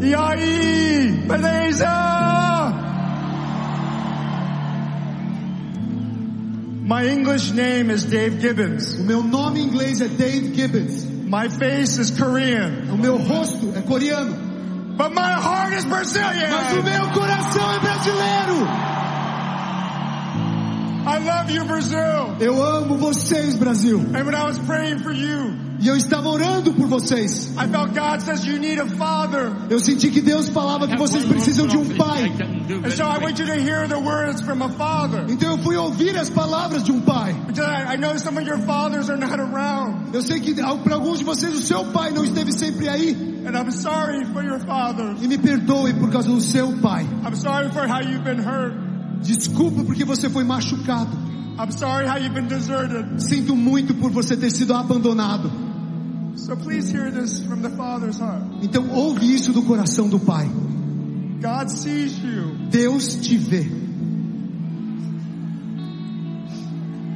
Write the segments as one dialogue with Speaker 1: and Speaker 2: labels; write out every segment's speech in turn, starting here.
Speaker 1: E aí, beleza? My English name is Dave Gibbons.
Speaker 2: O meu nome em inglês é Dave Gibbons.
Speaker 1: My face is Korean,
Speaker 2: O meu rosto é coreano.
Speaker 1: but my heart is
Speaker 2: Mas o
Speaker 1: Brazilian.
Speaker 2: meu coração é brasileiro.
Speaker 1: I love you, Brazil.
Speaker 2: Eu amo vocês, Brasil.
Speaker 1: And when I was praying for you,
Speaker 2: E eu estava orando por vocês.
Speaker 1: I felt God says you need a father.
Speaker 2: Eu senti que Deus falava que vocês precisam de um pai.
Speaker 1: And so I want you to hear the words from a father.
Speaker 2: Então eu fui ouvir as palavras de um pai.
Speaker 1: Because I, I know some of your fathers are not around.
Speaker 2: Eu sei que para alguns de vocês o seu pai não esteve sempre aí.
Speaker 1: And I'm sorry for your fathers.
Speaker 2: E me perdoe por causa do seu pai.
Speaker 1: I'm sorry for how you've been hurt.
Speaker 2: Desculpa porque você foi machucado.
Speaker 1: I'm sorry how you've been deserted.
Speaker 2: Sinto muito por você ter sido abandonado.
Speaker 1: So please hear this from the father's heart.
Speaker 2: Então ouve isso do coração do pai.
Speaker 1: God sees you.
Speaker 2: Deus te vê.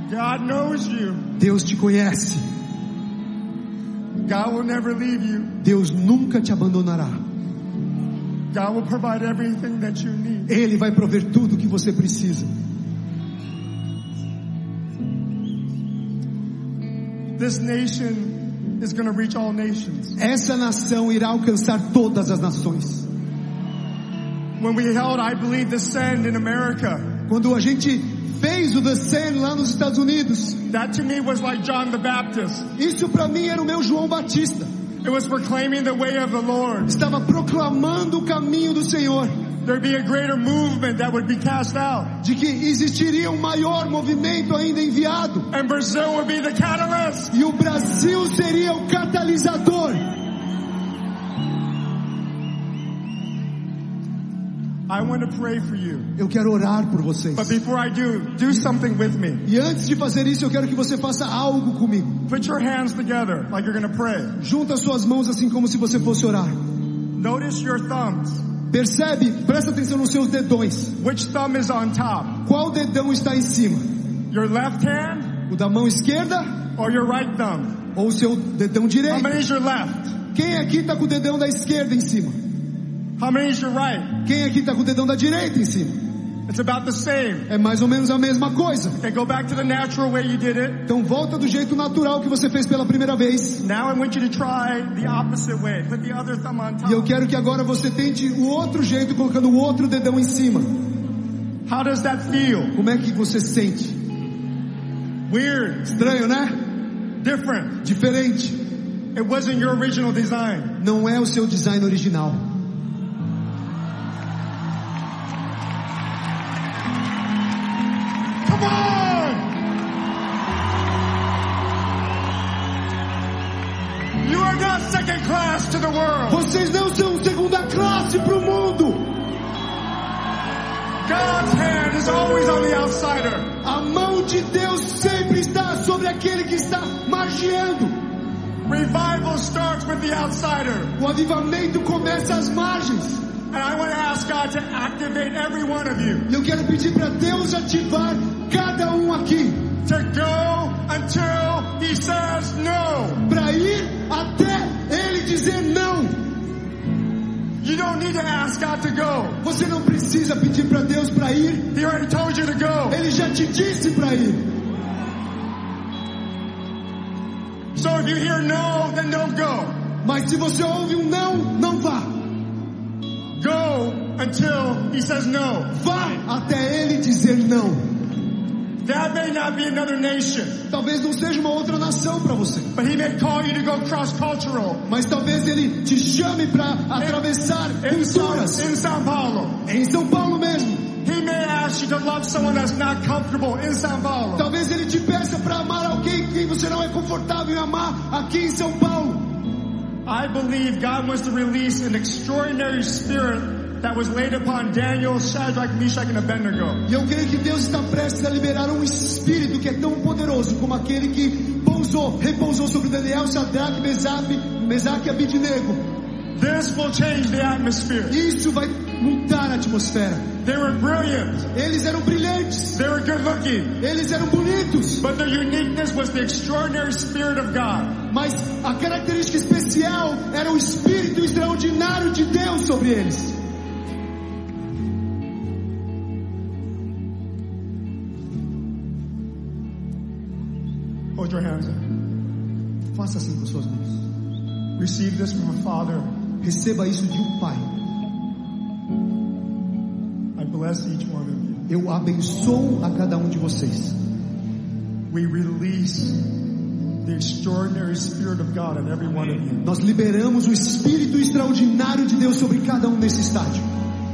Speaker 1: God knows you.
Speaker 2: Deus te conhece.
Speaker 1: God will never leave you.
Speaker 2: Deus nunca te abandonará.
Speaker 1: God will provide everything that you need.
Speaker 2: Ele vai prover tudo o que você precisa.
Speaker 1: This nation is going to reach all nations.
Speaker 2: Essa nação irá alcançar todas as nações.
Speaker 1: When we held, I believe, the send in America,
Speaker 2: Quando a gente fez o The Sand lá nos Estados Unidos,
Speaker 1: that to me was like John the Baptist.
Speaker 2: isso para mim era o meu João Batista.
Speaker 1: It was proclaiming the way of the Lord.
Speaker 2: Estava proclamando o caminho do Senhor,
Speaker 1: There'd be a greater movement that would be cast out.
Speaker 2: de que existiria um maior movimento ainda enviado.
Speaker 1: And Brazil would be the catalyst.
Speaker 2: E o Brasil seria o catalisador.
Speaker 1: I want to pray for you.
Speaker 2: Eu quero orar por vocês.
Speaker 1: But before I do, do something with me.
Speaker 2: E antes de fazer isso, eu quero que você faça algo comigo.
Speaker 1: Put your hands together like you're going to pray.
Speaker 2: Junta suas mãos assim como se você fosse orar.
Speaker 1: Notice your thumbs.
Speaker 2: Percebe, presta atenção nos seus dedões.
Speaker 1: Which thumb is on top?
Speaker 2: Qual dedão está em cima?
Speaker 1: Your left hand
Speaker 2: O da mão esquerda
Speaker 1: or your right thumb?
Speaker 2: ou o seu dedão
Speaker 1: How
Speaker 2: direito?
Speaker 1: many is your left?
Speaker 2: Quem aqui está com o dedão da esquerda em cima?
Speaker 1: How many is your right?
Speaker 2: Quem aqui está com o dedão da direita em cima?
Speaker 1: It's about the same.
Speaker 2: É mais ou menos a mesma coisa.
Speaker 1: Okay, go back to the natural way you did it.
Speaker 2: Então volta do jeito natural que você fez pela primeira vez.
Speaker 1: Now I want you to try the opposite way. Put the other thumb on
Speaker 2: E eu
Speaker 1: top.
Speaker 2: quero que agora você tente o outro jeito colocando o outro dedão em cima.
Speaker 1: How does that feel?
Speaker 2: Como é que você se sente?
Speaker 1: Weird.
Speaker 2: Estranho, né?
Speaker 1: Different.
Speaker 2: Diferente.
Speaker 1: It wasn't your original design.
Speaker 2: Não é o seu design original.
Speaker 1: Come on! You are not second class to the world.
Speaker 2: Vocês não são segunda classe pro mundo.
Speaker 1: God's hand is always on the outsider.
Speaker 2: A mão de Deus sempre está sobre aquele que está margeando.
Speaker 1: Revival starts with the outsider.
Speaker 2: O avivamento começa às margens.
Speaker 1: And I want to ask God to activate every one of you
Speaker 2: E eu quero pedir para Deus ativar cada um aqui
Speaker 1: to go until He says no.
Speaker 2: para ir até ele dizer não.
Speaker 1: You don't need to ask God to go.
Speaker 2: Você não precisa pedir para Deus para ir.
Speaker 1: He already told you to go.
Speaker 2: Ele já te disse para ir.
Speaker 1: So if you hear no, then don't go.
Speaker 2: Mas se você ouve um não, não vá.
Speaker 1: Go until He says no.
Speaker 2: Vá até ele dizer não.
Speaker 1: That may not be another nation,
Speaker 2: Talvez não seja uma outra nação para você.
Speaker 1: but He may call you to go cross cultural
Speaker 2: Mas talvez ele te chame para atravessar
Speaker 1: in, Sao-
Speaker 2: culturas.
Speaker 1: in Sao Paulo.
Speaker 2: Em São Paulo mesmo.
Speaker 1: He may ask you to love someone that's not comfortable in Sao Paulo.
Speaker 2: Talvez ele te peça para amar alguém que você não é confortável em amar aqui em São Paulo.
Speaker 1: I believe God wants to release an extraordinary spirit that was laid upon Daniel, Shadrach, Meshach, and Abednego.
Speaker 2: E eu creio que Deus está prestes a liberar um espírito que é tão poderoso como aquele que pousou, repousou sobre Daniel, Sadraque, Mesaque, Mesaque e Abidnego.
Speaker 1: This will change the atmosphere.
Speaker 2: Isso vai mudar a atmosfera.
Speaker 1: They were brilliant.
Speaker 2: Eles eram brilhantes.
Speaker 1: They were good looking.
Speaker 2: Eles eram bonitos.
Speaker 1: But their uniqueness was the extraordinary spirit of God.
Speaker 2: Mas a característica especial era o espírito extraordinário de Deus sobre eles.
Speaker 1: Hold your hands up.
Speaker 2: Faça assim com suas mãos.
Speaker 1: Receive this from a father.
Speaker 2: Receba isso de um pai.
Speaker 1: I bless each one of you.
Speaker 2: Eu abençoo a cada um de vocês.
Speaker 1: We release the extraordinary spirit of God in every one of you.
Speaker 2: Nós liberamos o espírito extraordinário de Deus sobre cada um nesse estádio.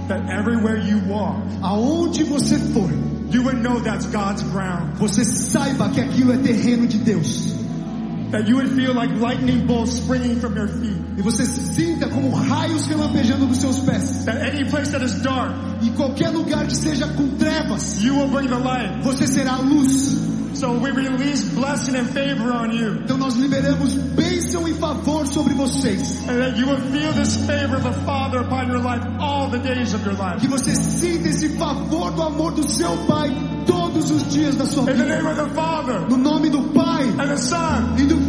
Speaker 1: That everywhere you walk,
Speaker 2: Aonde você for,
Speaker 1: you would know that's God's ground.
Speaker 2: você saiba que aquilo é terreno de Deus.
Speaker 1: That you would feel like lightning bolts springing from your feet.
Speaker 2: E você se sinta como raios relampejando dos seus pés.
Speaker 1: That any place that is dark,
Speaker 2: E qualquer lugar que seja com trevas,
Speaker 1: you will bring the light.
Speaker 2: você será a luz.
Speaker 1: So we release blessing and favor on you.
Speaker 2: Então nós liberamos bênção e favor sobre vocês.
Speaker 1: And that you will feel this favor of the Father upon your life all the days of your life.
Speaker 2: Que você sinta esse favor do amor do seu Pai todos os dias da sua
Speaker 1: In the
Speaker 2: vida.
Speaker 1: name of the Father,
Speaker 2: No nome do Pai
Speaker 1: and the Son,
Speaker 2: e do